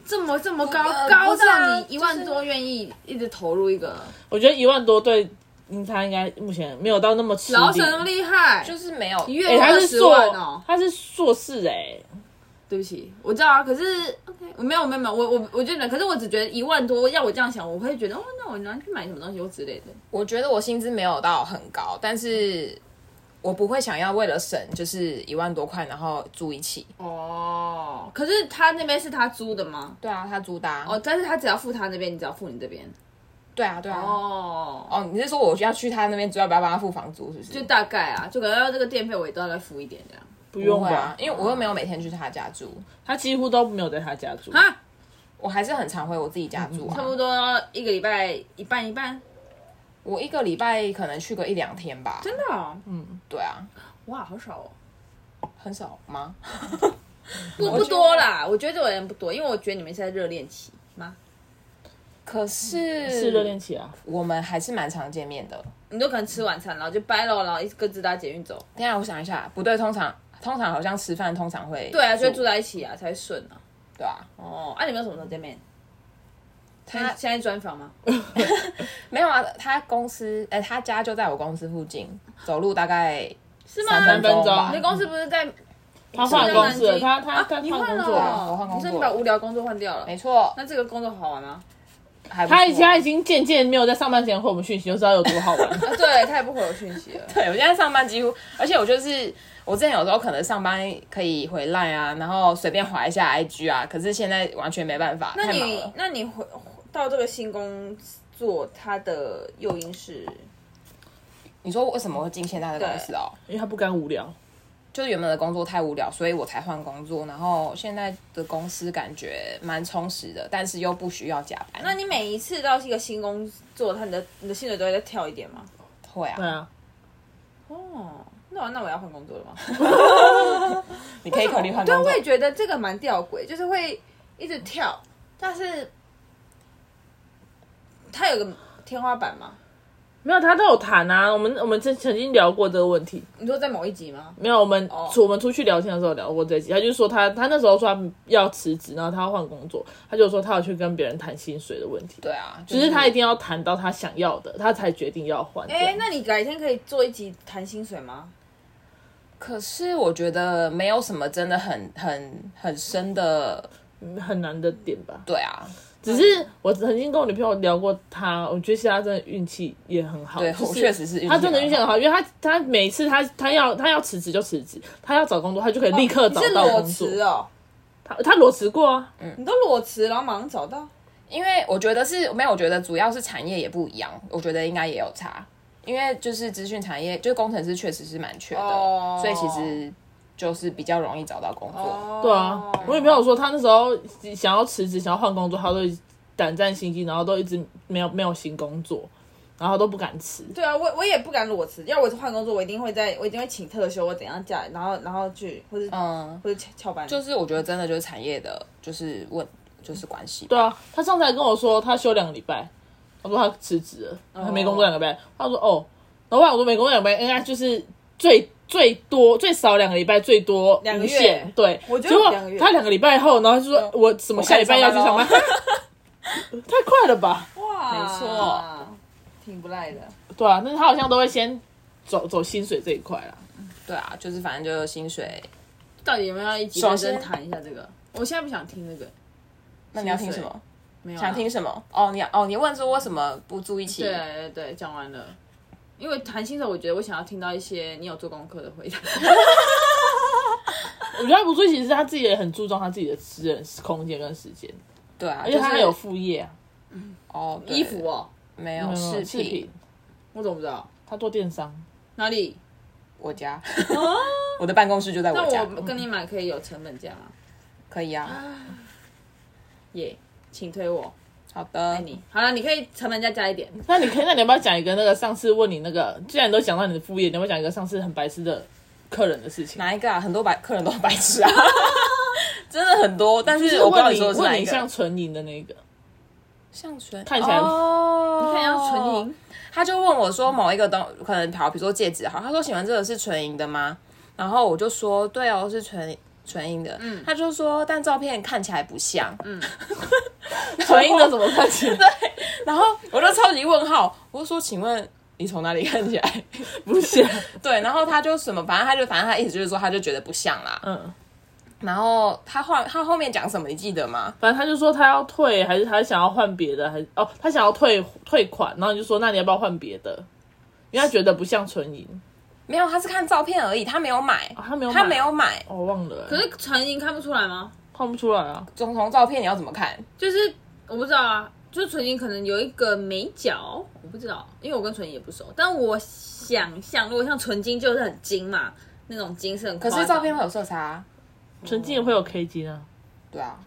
[SPEAKER 2] 这么这么高，
[SPEAKER 3] 呃
[SPEAKER 2] 高
[SPEAKER 3] 不是啊
[SPEAKER 2] 到你一万多愿意一直投入一个。
[SPEAKER 1] 我觉得一万多对嗯他应该目前没有到那么吃力。
[SPEAKER 2] 老沈那么厉害，
[SPEAKER 3] 就是没有，
[SPEAKER 2] 一
[SPEAKER 3] 因为
[SPEAKER 1] 哎、
[SPEAKER 2] 月
[SPEAKER 1] 他
[SPEAKER 2] 二
[SPEAKER 1] 是
[SPEAKER 2] 十
[SPEAKER 1] 硕
[SPEAKER 2] 万哦、
[SPEAKER 1] 他是硕士哎、
[SPEAKER 2] 对不起，我知道啊，可是 OK，我没有没有没有，我我我觉得，可是我只觉得一万多，要我这样想，我会觉得哦，那我拿去买什么东西或之类的。
[SPEAKER 3] 我觉得我薪资没有到很高，但是我不会想要为了省就是一万多块，然后住一起。
[SPEAKER 2] 哦，可是他那边是他租的吗？
[SPEAKER 3] 对啊，他租的、啊。
[SPEAKER 2] 哦，但是他只要付他那边，你只要付你这边。
[SPEAKER 3] 对啊，对啊。哦
[SPEAKER 2] 哦，
[SPEAKER 3] 你是说我要去他那边，主要不要帮他付房租，是不是？
[SPEAKER 2] 就大概啊，就可能要这个电费我也都要再付一点这样。
[SPEAKER 1] 不用
[SPEAKER 3] 不会啊
[SPEAKER 1] 吧，？
[SPEAKER 3] 因为我又没有每天去他家住，
[SPEAKER 1] 他几乎都没有在他家住。
[SPEAKER 2] 啊，
[SPEAKER 3] 我还是很常回我自己家住啊。
[SPEAKER 2] 差不多一个礼拜一半一半，
[SPEAKER 3] 我一个礼拜可能去个一两天吧。
[SPEAKER 2] 真的、哦，
[SPEAKER 3] 对啊，
[SPEAKER 2] 哇，好少哦。
[SPEAKER 3] 很少吗？
[SPEAKER 2] 不
[SPEAKER 3] 觉
[SPEAKER 2] 不
[SPEAKER 3] 得
[SPEAKER 2] 多啦，我觉得我人不多，因为我觉得你们是在热恋期吗？
[SPEAKER 3] 可是
[SPEAKER 1] 是热恋期啊，
[SPEAKER 3] 我们还是蛮常见面的。
[SPEAKER 2] 你都可能吃晚餐，然后就掰了，然后一各自搭捷运走。
[SPEAKER 3] 等一下我想一下，不对，通常通常好像吃饭通常会
[SPEAKER 2] 对啊，就会住在一起啊，才会顺啊。
[SPEAKER 3] 对啊，
[SPEAKER 2] 哦，啊，你们有什么时候见面？现在
[SPEAKER 3] 他
[SPEAKER 2] 现在专访吗？
[SPEAKER 3] 没有啊，他公司哎、他家就在我公司附近，走路大概
[SPEAKER 2] 是吗？
[SPEAKER 3] 三分
[SPEAKER 1] 钟吧
[SPEAKER 2] 你的公司不是在啊
[SPEAKER 1] 他换公司了，
[SPEAKER 2] 是
[SPEAKER 1] 他他他
[SPEAKER 2] 啊你
[SPEAKER 1] 换
[SPEAKER 2] 换
[SPEAKER 1] 工
[SPEAKER 2] 了
[SPEAKER 1] 作了。
[SPEAKER 3] 啊我换工作
[SPEAKER 2] 你说你把无聊工作换掉了
[SPEAKER 3] 没？错，
[SPEAKER 2] 那这个工作好玩吗？
[SPEAKER 3] 还不
[SPEAKER 1] 他
[SPEAKER 3] 错
[SPEAKER 1] 他已经渐渐没有在上班前回我们讯息，就知道有多好玩。
[SPEAKER 2] 啊，对他也不回我讯息了。
[SPEAKER 3] 对我现在上班几乎，而且我就是我之前有时候可能上班可以回来啊，然后随便划一下 IG 啊，可是现在完全没办法，
[SPEAKER 2] 那
[SPEAKER 3] 太忙
[SPEAKER 2] 你
[SPEAKER 3] 了。
[SPEAKER 2] 那你回到这个新工作，它的诱因是
[SPEAKER 3] 你说为什么会进现在的公司哦？
[SPEAKER 1] 因为他不甘无聊。
[SPEAKER 3] 就是原本的工作太无聊，所以我才换工作。然后现在的公司感觉蛮充实的，但是又不需要加班。
[SPEAKER 2] 那你每一次到一个新工作，他你的你的薪水都会再跳一点吗？
[SPEAKER 3] 会
[SPEAKER 1] 对
[SPEAKER 3] 啊，
[SPEAKER 1] 啊，
[SPEAKER 2] 哦，那我那我要换工作了吗？
[SPEAKER 3] 你可以考虑 换
[SPEAKER 2] 对，啊
[SPEAKER 3] 工作
[SPEAKER 2] 我。也觉得这个蛮吊诡，就是会一直跳，但是它有个天花板吗？
[SPEAKER 1] 没有他都有谈啊。我们我们曾曾经聊过这个问题，
[SPEAKER 2] 你说在某一集吗？
[SPEAKER 1] 没有我们、
[SPEAKER 2] 哦
[SPEAKER 1] 我们出去聊天的时候聊过这一集。他就说他他那时候说他要辞职，然后他要换工作，他就说他要去跟别人谈薪水的问题。
[SPEAKER 3] 对啊，
[SPEAKER 1] 只是他一定要谈到他想要的，他才决定要换。
[SPEAKER 2] 哎、
[SPEAKER 1] 哎
[SPEAKER 2] 那你改天可以做一集谈薪水吗？
[SPEAKER 3] 可是我觉得没有什么真的很很很深的。
[SPEAKER 1] 很难的点吧。
[SPEAKER 3] 对啊，
[SPEAKER 1] 只是我曾经跟我女朋友聊过他，我觉得其实他真的运气也很好。
[SPEAKER 3] 对
[SPEAKER 1] 哦就是
[SPEAKER 3] 我确实是运气
[SPEAKER 1] 他真的运气很
[SPEAKER 3] 很
[SPEAKER 1] 好，因为他他每次他他要他要辞职就辞职，他要找工作他就可以立刻
[SPEAKER 2] 你
[SPEAKER 1] 找
[SPEAKER 2] 是
[SPEAKER 1] 到
[SPEAKER 2] 裸
[SPEAKER 1] 工作。
[SPEAKER 2] 辞哦，
[SPEAKER 1] 他他裸辞过啊，
[SPEAKER 2] 你都裸辞，然后马上找到。
[SPEAKER 3] 因为我觉得是没有，我觉得主要是产业也不一样，我觉得应该也有差。因为就是资讯产业，就是工程师确实是蛮缺的
[SPEAKER 2] 哦
[SPEAKER 3] 所以其实就是比较容易找到工作。
[SPEAKER 1] 对啊，
[SPEAKER 2] 哦
[SPEAKER 1] 我女朋友说她那时候想要辞职，想要换工作，她都一直胆战心惊，然后都一直没有没有新工作，然后都不敢辞。
[SPEAKER 2] 对啊，我我也不敢裸辞，要我换工作，我一定会在，我一定会请特休，我怎样假，然后然后去，或者、
[SPEAKER 3] 嗯，
[SPEAKER 2] 或者翘翘班，
[SPEAKER 3] 就是我觉得真的就是产业的，就是问就是关系。
[SPEAKER 1] 对啊，她上次还跟我说她休两个礼拜，她说她辞职了，她没工作两个礼拜。她说哦，然后我说没工作两个礼拜，应该就是最最多最少两个礼拜，最多
[SPEAKER 2] 两个
[SPEAKER 1] 无
[SPEAKER 2] 月
[SPEAKER 1] 限。对，
[SPEAKER 2] 我觉得
[SPEAKER 1] 结果
[SPEAKER 2] 两个月嗯
[SPEAKER 1] 她两个礼拜后，然后就说我什么下礼拜要去上班，
[SPEAKER 3] 我
[SPEAKER 1] 太 快了吧？
[SPEAKER 2] 哇，
[SPEAKER 3] 没错，
[SPEAKER 2] 挺不赖的。
[SPEAKER 1] 对啊，但是她好像都会先走走薪水这一块啦。
[SPEAKER 3] 对啊，就是反正就是薪水。
[SPEAKER 2] 到底有没有要一起
[SPEAKER 3] 首
[SPEAKER 2] 认
[SPEAKER 3] 先
[SPEAKER 2] 真谈一下这个？我现在不想听这个，
[SPEAKER 3] 那你要听
[SPEAKER 2] 薪
[SPEAKER 3] 什
[SPEAKER 2] 水
[SPEAKER 3] 么？
[SPEAKER 2] 没有啊
[SPEAKER 3] 想听什么？哦，你哦，你问说为什么不住一起？
[SPEAKER 2] 对对对，讲完了。因为谈薪水，我觉得我想要听到一些你有做功课的回答。
[SPEAKER 1] 我觉得不错，其实他自己也很注重他自己的私人空间跟时间，
[SPEAKER 3] 对啊，
[SPEAKER 1] 而
[SPEAKER 3] 就
[SPEAKER 1] 且
[SPEAKER 3] 是
[SPEAKER 1] 他还有副业啊，嗯
[SPEAKER 3] 哦对
[SPEAKER 2] 衣服哦，
[SPEAKER 3] 没有饰
[SPEAKER 1] 饰
[SPEAKER 3] 品
[SPEAKER 1] 品，，
[SPEAKER 2] 我怎么不知道？
[SPEAKER 1] 他做电商，
[SPEAKER 2] 哪里？
[SPEAKER 3] 我家， 我的办公室就在
[SPEAKER 2] 那
[SPEAKER 3] 哦我家，
[SPEAKER 2] 我跟你买可以有成本价吗？
[SPEAKER 3] 可以啊。
[SPEAKER 2] 耶、请推我，
[SPEAKER 3] 好的
[SPEAKER 2] 爱，你。好了，你可以成本价加一
[SPEAKER 3] 哦
[SPEAKER 2] 点。
[SPEAKER 1] 那你可以，那你要不要讲一个那个上次问你那个，既然你都讲到你的副业，你要不要讲一个上次很白痴的客人的事情？
[SPEAKER 3] 哪一个啊？很多白客人都很白痴啊， 真的很多。但
[SPEAKER 1] 就是
[SPEAKER 3] 我不知道
[SPEAKER 1] 问
[SPEAKER 3] 你
[SPEAKER 1] 你
[SPEAKER 3] 说的是哪
[SPEAKER 1] 问
[SPEAKER 3] 一
[SPEAKER 1] 你
[SPEAKER 3] 个。
[SPEAKER 1] 像纯银的那 个，
[SPEAKER 3] 像纯，
[SPEAKER 1] 看起来
[SPEAKER 3] 哦，
[SPEAKER 2] 看要纯银，
[SPEAKER 3] 他就问我说某一个东，可能好，比如说戒指好，他说请问这个是纯银的吗？然后我就说对哦，是纯纯银的。嗯，他就说但照片看起来不像。嗯，
[SPEAKER 1] 纯银的怎么看起来
[SPEAKER 3] 然后我就超级问号，我就说请问你从哪里看起来？
[SPEAKER 1] 不啊像？
[SPEAKER 3] 对，然后他就什么，反正他就反正他意思就是说他就觉得不像啦。
[SPEAKER 1] 嗯，
[SPEAKER 3] 然后他后他后面讲什么你记得吗？
[SPEAKER 1] 反正他就说他要退，还是他想要换别的，还是哦他想要退退款，然后你就说那你要不要换别的？因为他觉得不像纯银，哦
[SPEAKER 3] 没有，他是看照片而已，他没有买，
[SPEAKER 1] 他没有买
[SPEAKER 3] 他没有买。
[SPEAKER 1] 哦忘了欸，
[SPEAKER 2] 可是纯银看不出来吗？
[SPEAKER 1] 看不出来啊。
[SPEAKER 3] 总从照片你要怎么看？
[SPEAKER 2] 就是我不知道啊，就是纯银可能有一个美角，我不知道，因为我跟纯银也不熟。但我想象，如果像纯金就是很金嘛，那种金是很夸
[SPEAKER 3] 可
[SPEAKER 2] 张。
[SPEAKER 3] 是照片会有色差啊，
[SPEAKER 1] 纯金也会有 K 金啊。
[SPEAKER 3] 对啊。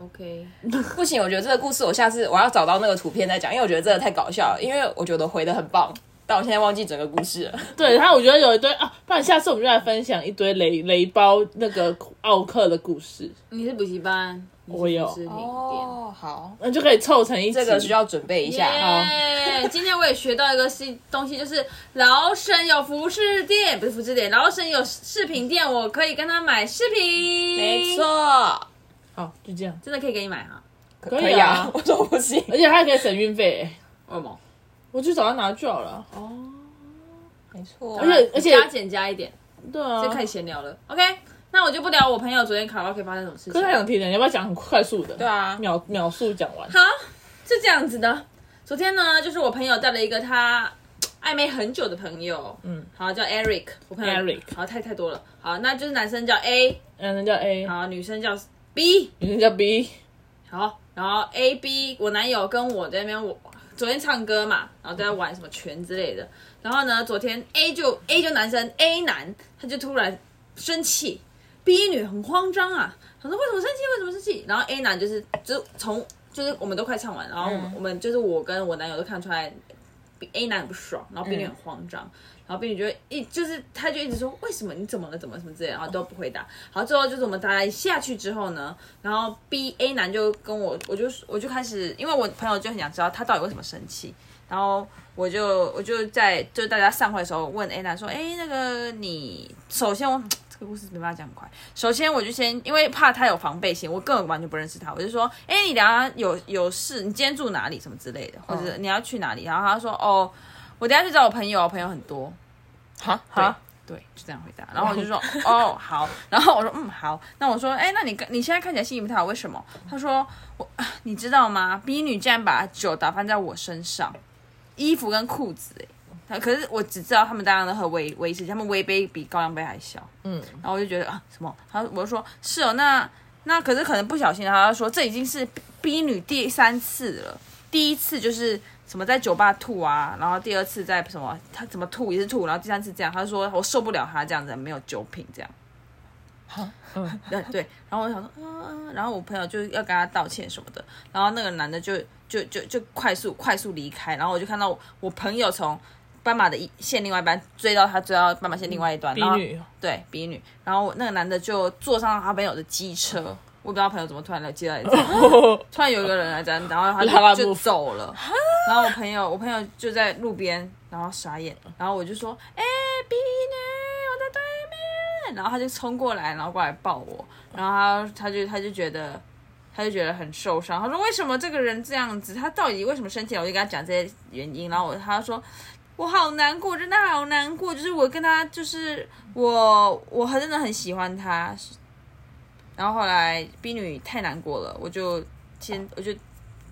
[SPEAKER 2] OK，
[SPEAKER 3] 不行，我觉得这个故事我下次我要找到那个图片再讲，因为我觉得这个太搞笑了，因为我觉得我回的很棒，但我现在忘记整个故事了。
[SPEAKER 1] 对，他我觉得有一堆啊，不然下次我们就来分享一堆雷雷包那个奥克的故事，
[SPEAKER 2] 你是补习班，你是
[SPEAKER 1] 我有
[SPEAKER 2] 服饰品店。，
[SPEAKER 3] 哦好，
[SPEAKER 1] 那就可以凑成一集。
[SPEAKER 3] 这个需要准备一下。
[SPEAKER 2] 耶！ 今天我也学到一个新东西，就是劳神有服饰店，不是服饰店，劳神有饰品店，我可以跟他买饰品。
[SPEAKER 3] 没，错，
[SPEAKER 1] 好，就这样，
[SPEAKER 2] 真的可以给你买哈。
[SPEAKER 3] 可
[SPEAKER 1] 以啊
[SPEAKER 3] 我说不行。
[SPEAKER 1] 而且他还可以省运费、欸
[SPEAKER 2] 为什么？
[SPEAKER 1] 我去找他拿就好了。
[SPEAKER 3] 没错，
[SPEAKER 1] 而且而且
[SPEAKER 2] 加减加一点，
[SPEAKER 1] 对啊，
[SPEAKER 2] 就开始闲聊了。OK，那我就不聊我朋友昨天卡拉 OK 发生什么事
[SPEAKER 1] 可
[SPEAKER 2] 情
[SPEAKER 1] 是他。想听的，你要不要讲很快速的？
[SPEAKER 3] 对啊
[SPEAKER 1] 秒秒速讲完。
[SPEAKER 2] 好，是这样子的。昨天呢，就是我朋友带了一个他暧昧很久的朋友，嗯，好叫 Eric，我朋友
[SPEAKER 1] Eric
[SPEAKER 2] 好太太多了，好，那就是男生叫 A，
[SPEAKER 1] 男生叫 A，
[SPEAKER 2] 好，女生叫 B，
[SPEAKER 1] 女生叫 B，
[SPEAKER 2] 好，然后 A B，我男友跟我在那边，我昨天唱歌嘛，然后在玩什么拳之类的。然后呢，昨天 A 就 A 就男生 A 男，他就突然生气，B 女很慌张啊，想说为什么生气，为什么生气？然后 A 男就是就是从就是我们都快唱完，然后我们、我们就是我跟我男友都看出来 A 男很不爽，然后 B 女很慌张。然后 B 女就一就是，他就一直说为什么你怎么了怎么了什么之类的，然后都不回答。好，最后就是我们大家一下去之后呢，然后 B A 男就跟我，我就我就开始，因为我朋友就很想知道他到底为什么生气，然后我就我就在就大家散会的时候问 A 男说，哎，那个你首先我这个故事没办法讲很快，首先我就先因为怕他有防备心，我根本完全不认识他，我就说，哎，你等一下有有事，你今天住哪里什么之类的，或者你要去哪里，然后他说，哦，我等一下去找我朋友，我朋友很多，
[SPEAKER 3] 好，
[SPEAKER 2] 好，对，就这样回答。然后我就说， 哦，好。然后我说，嗯，好。那我说，哎，那你你现在看起来心情不太好，为什么？他说，我， 啊你知道吗？B 女竟然把酒打翻在我身上，衣服跟裤子、哎，他可是我只知道他们大量的喝威威士忌，他们威杯比高粱杯还小。
[SPEAKER 1] 嗯，
[SPEAKER 2] 然后我就觉得啊，什么？他我就说是哦，那那啊可是可能不小心，然后他说这已经是 B- B 女第三次了，第一次就是什么在酒吧吐啊，然后第二次在什么他怎么吐也是吐，然后第三次这样，他就说我受不了他这样子没有酒品这样。 对对，然后我想说，嗯、嗯，然后我朋友就要跟他道歉什么的，然后那个男的就就就就快速快速离开，然后我就看到我我朋友从斑马的一线另外一班追到他追到斑马线另外一端，
[SPEAKER 1] 比
[SPEAKER 2] 然后
[SPEAKER 3] 啊
[SPEAKER 1] 女
[SPEAKER 2] 对比女，然后那个男的就坐上他朋友的机车，我也不知道朋友怎么突然来接来 这样，突然有一个人来这样，然后
[SPEAKER 1] 拉
[SPEAKER 2] 他
[SPEAKER 1] 拉
[SPEAKER 2] 就就
[SPEAKER 1] 木
[SPEAKER 2] 走了，然后我朋友我朋友就在路边，然后傻眼，然后我就说，哎、比女，我在对面，然后他就冲过来，然后过来抱我，然后他他就他就觉得。他就觉得很受伤，他说：“为什么这个人这样子？他到底为什么生气？”我就跟他讲这些原因，然后我他说：“我好难过，真的好难过。就是我跟他，就是我，我很真的很喜欢他。然后后来 B 女太难过了，我就先我就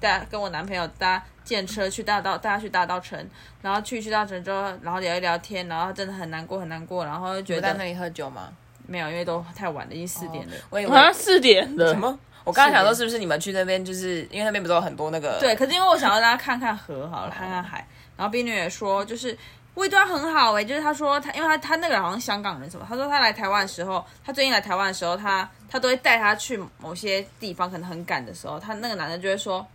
[SPEAKER 2] 带跟我男朋友搭电车去大道，带他去大道城，然后去去大道城之后，然后聊一聊天，然后真的很难过，很难过，然后就觉
[SPEAKER 3] 在那
[SPEAKER 2] 得
[SPEAKER 3] 里喝酒吗？哦
[SPEAKER 2] 没有，因为都太晚了，已经四点了。
[SPEAKER 3] 我以 为
[SPEAKER 1] 啊，四点的
[SPEAKER 3] 什么？我刚才想说，
[SPEAKER 2] 是
[SPEAKER 3] 是不是你们去那边，就是因为那边不是有很多那个
[SPEAKER 2] 对，可是因为我想要大家看看河好了，看看海。然后冰女也说，就是味道很好哎、就是她说她，因为她她那个人好像香港人什么，她说她来台湾的时候，她最近来台湾的时候，她她都会带她去某些地方，可能很赶的时候，她那个男的就会说，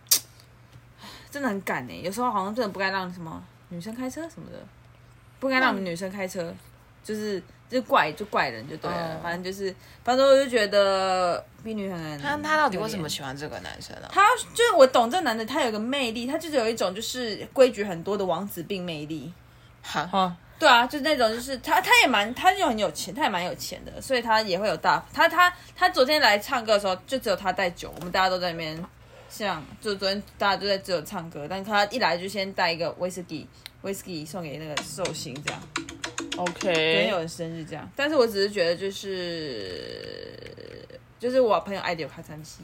[SPEAKER 2] 真的很赶哎、有时候好像真的不该让什么女生开车什么的，不该让我们女生开车，就是。就怪就怪人就对了，
[SPEAKER 3] 哦
[SPEAKER 2] 反正就是，反正我就觉得冰女很
[SPEAKER 3] 他他到底为什
[SPEAKER 2] 有
[SPEAKER 3] 么
[SPEAKER 2] 点
[SPEAKER 3] 喜欢这个男生啊？
[SPEAKER 2] 他就是我懂这男的，他有个魅力，他就是有一种就是规矩很多的王子病魅力。
[SPEAKER 3] 哈，
[SPEAKER 1] 啊，
[SPEAKER 2] 对啊，就是那种就是他他也蛮他就很有钱，他也蛮有钱的，所以他也会有大他他他昨天来唱歌的时候，就只有他带酒，我们大家都在那边像就昨天大家都在只有唱歌，但他一来就先带一个威士忌。威士忌送给那个寿星，这样，昨天
[SPEAKER 1] OK，
[SPEAKER 2] 有人生日这样，但是我只是觉得就是，就是我朋友艾迪有卡餐机，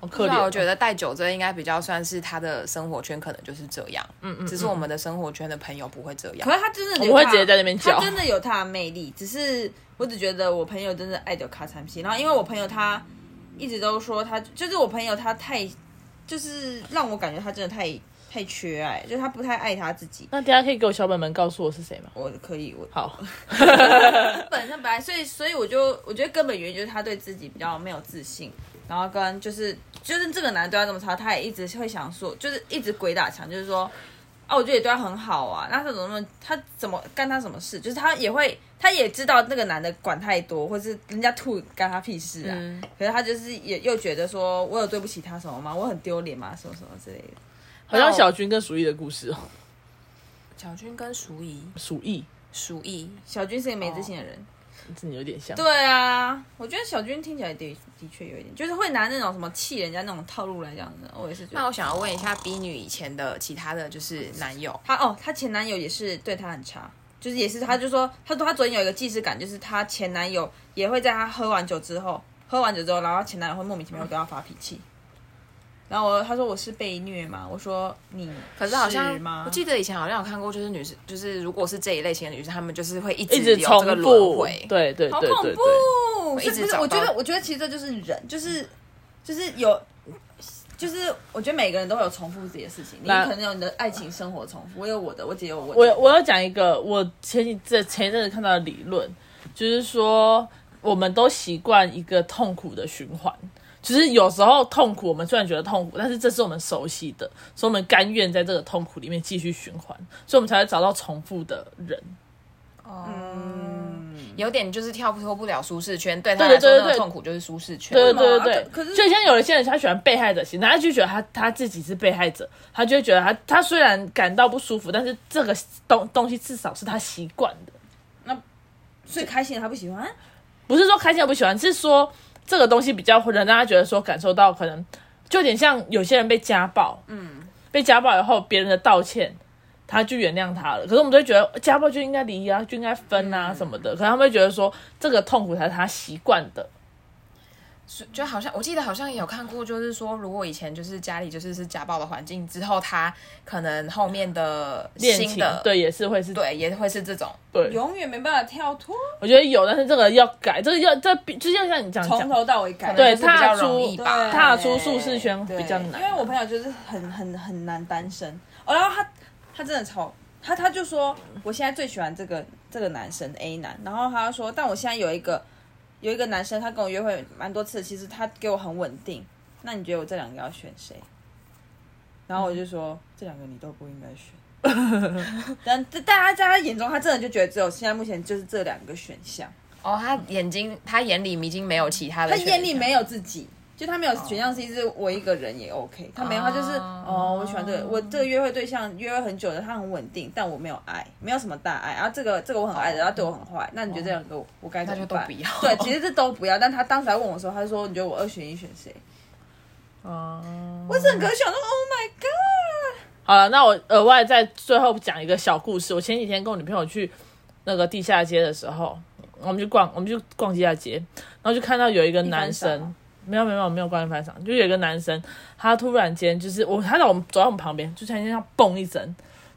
[SPEAKER 1] 好可
[SPEAKER 3] 那
[SPEAKER 1] 怜。
[SPEAKER 3] 啊我觉得带酒这应该比较算是他的生活圈，可能就是这样。嗯嗯，只是我们的生活圈的朋友不会这样
[SPEAKER 2] 可。是他真的有
[SPEAKER 1] 我会
[SPEAKER 2] 他
[SPEAKER 1] 直接在那边叫
[SPEAKER 2] 他真的有他的魅力。只是我只觉得我朋友真的爱丢卡产品，然后因为我朋友他一直都说他就是我朋友他太就是让我感觉他真的太太缺爱，就是他不太爱他自己。
[SPEAKER 1] 那大家可以给我小本本告诉我是谁吗？
[SPEAKER 2] 我可以，我
[SPEAKER 1] 好，
[SPEAKER 2] 本身本来，所以所以我就我觉得根本原因就是他对自己比较没有自信，然后跟就是就是这个男的对他这么差，他也一直会想说，就是一直鬼打墙，就是说啊，我觉得也对他很好啊，那他怎么那么他怎么干他什么事？就是他也会，他也知道那个男的管太多，或是人家吐干他屁事啊，
[SPEAKER 3] 嗯
[SPEAKER 2] 可是他就是也又觉得说我有对不起他什么吗？我很丢脸吗？什么什么之类的。
[SPEAKER 1] 好像小军跟鼠疫的故事哦，
[SPEAKER 3] 小军跟淑仪，
[SPEAKER 1] 鼠疫
[SPEAKER 3] 淑仪
[SPEAKER 2] 小军是个没自信的人。
[SPEAKER 1] 真的有点像。
[SPEAKER 2] 对啊，我觉得小军听起来的的确有一点，就是会拿那种什么气人家那种套路来讲的。我也是觉
[SPEAKER 3] 那
[SPEAKER 2] 得
[SPEAKER 3] 我想要问一下 B 女以前的其他的就是男友，
[SPEAKER 2] 他哦，他前男友也是对他很差，就是也是他就说，他说他昨天有一个既视感，就是他前男友也会在他喝完酒之后，喝完酒之后，然后前男友会莫名其妙跟他发脾气。然后我他说我是被虐嘛，我说你
[SPEAKER 3] 可是好像
[SPEAKER 2] 吗？
[SPEAKER 3] 我记得以前好像有看过，就是女生就是如果是这一类型的女生，她们就是会一
[SPEAKER 1] 一直
[SPEAKER 3] 有这个
[SPEAKER 1] 重
[SPEAKER 3] 轮
[SPEAKER 1] 复，
[SPEAKER 3] 回。
[SPEAKER 1] 对对
[SPEAKER 2] 好
[SPEAKER 1] 对
[SPEAKER 2] 恐
[SPEAKER 1] 对对，
[SPEAKER 2] 怖！
[SPEAKER 3] 我
[SPEAKER 2] 是
[SPEAKER 3] 一直
[SPEAKER 2] 不是
[SPEAKER 3] 找
[SPEAKER 2] 我觉
[SPEAKER 3] 到
[SPEAKER 2] 得，我觉得其实这就是人，就是就是有，就是我觉得每个人都会有重复自己的事情。你
[SPEAKER 1] 那
[SPEAKER 2] 可能有你的爱情生活重复，我有我的，我姐有我的。
[SPEAKER 1] 我我要讲一个我前几这前一阵子看到的理论，就是说我们都习惯一个痛苦的循环。就是有时候痛苦，我们虽然觉得痛苦，但是这是我们熟悉的，所以我们甘愿在这个痛苦里面继续循环，所以我们才会找到重复的人。
[SPEAKER 3] 有点就是跳脱不了舒适圈，对她
[SPEAKER 1] 对
[SPEAKER 3] 来说
[SPEAKER 1] 对对
[SPEAKER 3] 那个
[SPEAKER 1] 对
[SPEAKER 3] 痛苦就是舒适圈。
[SPEAKER 1] 对
[SPEAKER 2] 为什
[SPEAKER 1] 对
[SPEAKER 2] 么
[SPEAKER 1] 对
[SPEAKER 2] 啊
[SPEAKER 1] 对，
[SPEAKER 2] 可可是
[SPEAKER 1] 就像有一些人他喜欢被害者型，然后他就觉得他他自己是被害者，他就会觉得他他虽然感到不舒服，但是这个东东西至少是他习惯的，
[SPEAKER 2] 最开心的他不喜欢，
[SPEAKER 1] 不是说开心而不喜欢，是说这个东西比较会让他觉得说感受到可能就有点像有些人被家暴，嗯，被家暴以后别人的道歉。他就原谅他了，可是我们都会觉得家暴就应该离啊，就应该分啊什么的。可是他们会觉得说，这个痛苦才是他习惯的，
[SPEAKER 3] 就好像我记得好像有看过，就是说如果以前就是家里就是是家暴的环境之后，她可能后面的
[SPEAKER 1] 恋
[SPEAKER 3] 新
[SPEAKER 1] 情
[SPEAKER 3] 的
[SPEAKER 1] 对也是会是
[SPEAKER 3] 对也会是这种。
[SPEAKER 1] 对。
[SPEAKER 2] 永远没办法跳脱，
[SPEAKER 1] 我觉得有，但是这个要改，这个要这比就像像你这样
[SPEAKER 2] 从
[SPEAKER 1] 讲，
[SPEAKER 2] 头到尾改。
[SPEAKER 1] 对，
[SPEAKER 3] 就是比较
[SPEAKER 1] 踏
[SPEAKER 3] 容
[SPEAKER 1] 出
[SPEAKER 3] 易吧
[SPEAKER 1] 踏出舒适圈
[SPEAKER 3] 对
[SPEAKER 1] 比较
[SPEAKER 2] 因
[SPEAKER 1] 难。
[SPEAKER 2] 为我朋友就是很很很难单身，哦，然后他他真的超，他他就说我现在最喜欢这个这个男生 A 男，然后他就说，但我现在有一个有一个男生，他跟我约会蛮多次，其实他给我很稳定。那你觉得我这两个要选谁？然后我就说、这两个你都不应 该选。但但他在他眼中，他真的就觉得只有现在目前就是这两个选项，
[SPEAKER 3] 哦，他眼睛，他眼里已经没有其他的
[SPEAKER 2] 他
[SPEAKER 3] 选项，
[SPEAKER 2] 眼里没有自己，就他没有选项是一直我一个人也 OK，他没有，他就是
[SPEAKER 3] 哦
[SPEAKER 2] 哦，我喜欢这个，我这个约会对象约会很久的，他很稳定，但我没有爱，没有什么大爱，然后啊这个这个我很爱的，然后对我很坏，那你觉得这两个我我该怎么办？
[SPEAKER 3] 哦那就都不要
[SPEAKER 2] 对，其实这都不要，但他当时还问我说，他说你觉得我二选一选谁？
[SPEAKER 1] 嗯，
[SPEAKER 2] 我整个想说，Oh my God！
[SPEAKER 1] 好了，那我额外再最后讲一个小故事。我前几天跟我女朋友去那个地下街的时候，我们去逛，我们去逛地下街，然后就看到有一个男
[SPEAKER 2] 一番赏
[SPEAKER 1] 生
[SPEAKER 2] 吗，
[SPEAKER 1] 没有没有没有关于翻赏，就有一个男生，他突然间就是我，他在我们走到我们旁边，就突然间像嘣一声，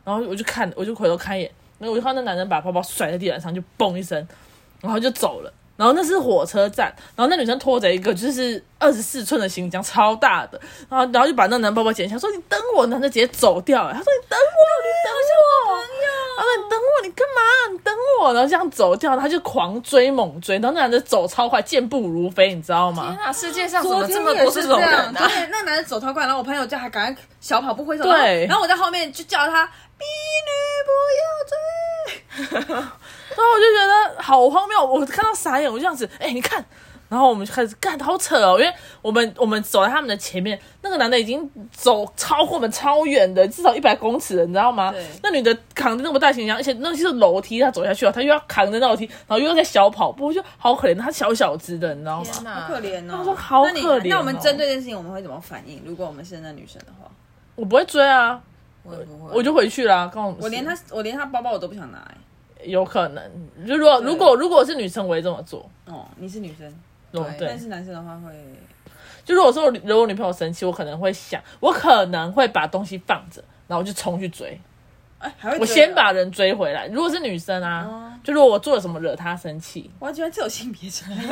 [SPEAKER 1] 然后我就看，我就回头看一眼，然后我就看到那男人把包包甩在地板上，就嘣一声，然后就走了。然后那是火车站，然后那女生拖着一个就是二十四寸的行李箱，超大的，然后然后就把那男包包捡起来，说你等我，男的直接走掉了。他说你等我，你等我，朋友。他说你等我，你干嘛？你等我，然后这样走掉，他就狂追猛追，然后那男的走超快，健步如飞，你知道吗
[SPEAKER 3] 天？啊，世界上怎
[SPEAKER 2] 昨
[SPEAKER 3] 么
[SPEAKER 2] 天
[SPEAKER 3] 这么
[SPEAKER 2] 也
[SPEAKER 3] 多
[SPEAKER 2] 是
[SPEAKER 3] 这种人
[SPEAKER 2] 样，昨
[SPEAKER 3] 啊？
[SPEAKER 2] 天那男的走超快，然后我朋友叫他赶快小跑步挥手，
[SPEAKER 1] 对
[SPEAKER 2] 然后然后我在后面就叫他“逼女不要追”，
[SPEAKER 1] 然后我就觉得好荒谬，我看到傻眼，我就这样子，哎、你看，然后我们就开始干，好扯哦，因为我们我们走在他们的前面，那个男的已经走超过我们超远的，至少一百公尺了，你知道吗
[SPEAKER 2] 对？
[SPEAKER 1] 那女的扛着那么大行李箱，而且那是楼梯，她走下去哦了，她又要扛着那楼梯，然后又在小跑步，我就好可怜，她小小只的，你知道吗？
[SPEAKER 3] 嗯
[SPEAKER 2] 好可怜哦。
[SPEAKER 1] 说好
[SPEAKER 2] 那你
[SPEAKER 1] 可怜
[SPEAKER 2] 那我们
[SPEAKER 1] 哦
[SPEAKER 2] 针对这件事情，我们会怎么反应？如果我们是那女生的话，
[SPEAKER 1] 我不会追啊，
[SPEAKER 3] 我也不会
[SPEAKER 1] 我就回去啦，跟我
[SPEAKER 2] 我连她，我连她包包我都不想拿、欸。
[SPEAKER 1] 有可能，如果如果如果是女生，我会这么做。
[SPEAKER 2] 哦，你是女生，
[SPEAKER 1] 哦对
[SPEAKER 2] 但，是男生的话会，
[SPEAKER 1] 就如果说我如果我女朋友生气，我可能会想，我可能会把东西放着，然后就冲去追，
[SPEAKER 2] 哎、还会
[SPEAKER 1] 我
[SPEAKER 2] 追
[SPEAKER 1] 先
[SPEAKER 2] 哦
[SPEAKER 1] 把。人追回来。如果是女生啊，
[SPEAKER 2] 哦
[SPEAKER 1] 就如果我做了什么惹她生气，
[SPEAKER 2] 我居然这有性别差异，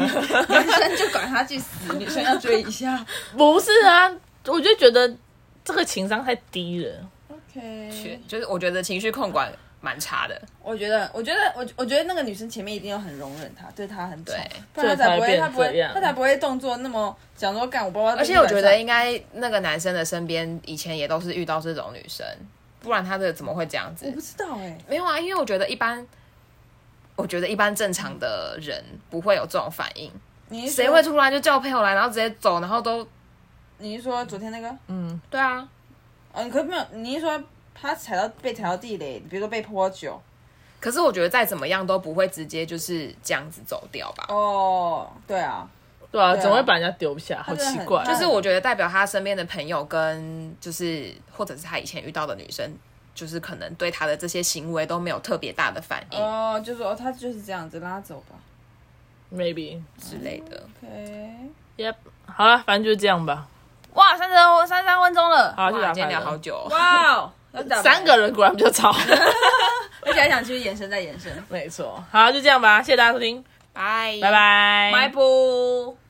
[SPEAKER 2] 男生就管他去死，女生要追一 下。
[SPEAKER 1] 不是啊， 我就觉得这个情商太低了。
[SPEAKER 2] OK，
[SPEAKER 3] 就是我觉得情绪控管蛮差的，
[SPEAKER 2] 我觉得，我觉得，我我觉得那个女生前面一定要很容忍他，对他很宠
[SPEAKER 3] 对，
[SPEAKER 2] 不然他才不会，
[SPEAKER 1] 这才变
[SPEAKER 2] 他不会
[SPEAKER 1] 这，样
[SPEAKER 2] 他才不会动作那么讲说干我包包。
[SPEAKER 3] 而且我觉得应该那个男生的身边以前也都是遇到这种女生，不然他的怎么会这样
[SPEAKER 2] 我
[SPEAKER 3] 子
[SPEAKER 2] 不？知道哎、
[SPEAKER 3] 没有啊，因为我觉得一般，我觉得一般正常的人不会有这种反应，
[SPEAKER 2] 你是
[SPEAKER 3] 谁
[SPEAKER 2] 说
[SPEAKER 3] 会？突然就叫朋友来，然后直接走，然后都
[SPEAKER 2] 你是说昨天那个？
[SPEAKER 3] 对啊，
[SPEAKER 2] 哦，你可没有，你是说他踩到被踩到地雷，比如说被泼酒
[SPEAKER 3] 可是我觉得再怎么样都不会直接就是这样子走掉吧。
[SPEAKER 2] 哦，对啊，
[SPEAKER 1] 对啊，
[SPEAKER 2] 对啊
[SPEAKER 1] 怎么会把人家丢下？好
[SPEAKER 2] 真的
[SPEAKER 1] 奇
[SPEAKER 2] 很
[SPEAKER 1] 怪。
[SPEAKER 2] 就
[SPEAKER 3] 就是我觉得代表他身边的朋友跟就是或者是他以前遇到的女生，就是可能对他的这些行为都没有特别大的反应
[SPEAKER 2] 哦，就说哦，他就是这样子，拉走吧。
[SPEAKER 1] maybe
[SPEAKER 3] 之类的。
[SPEAKER 2] 嗯 OK，
[SPEAKER 1] yep，好了，反正就是这样吧。
[SPEAKER 2] 哇，三十三十三分钟了，
[SPEAKER 1] 好，就
[SPEAKER 3] 哇
[SPEAKER 1] 打
[SPEAKER 3] 今天
[SPEAKER 1] 牌
[SPEAKER 3] 聊
[SPEAKER 1] 了
[SPEAKER 3] 好。久哦，
[SPEAKER 2] 哇哦，要打
[SPEAKER 1] 三
[SPEAKER 2] 牌，
[SPEAKER 1] 个人果然比较吵，
[SPEAKER 2] 而且还想去延伸再延伸，
[SPEAKER 1] 没错。好，就这样吧，谢谢大家收听，
[SPEAKER 3] 拜
[SPEAKER 1] 拜拜，
[SPEAKER 2] 拜不。